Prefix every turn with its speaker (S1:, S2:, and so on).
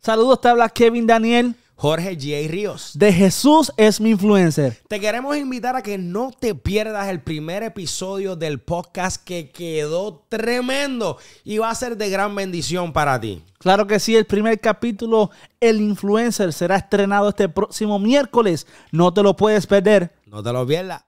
S1: Saludos, te habla Kevin Daniel.
S2: Jorge G.A. Ríos.
S1: De Jesús es mi influencer.
S2: Te queremos invitar a que no te pierdas el primer episodio del podcast que quedó tremendo y va a ser de gran bendición para ti.
S1: Claro que sí, el primer capítulo, El Influencer, será estrenado este próximo miércoles. No te lo puedes perder.
S2: No te lo pierdas.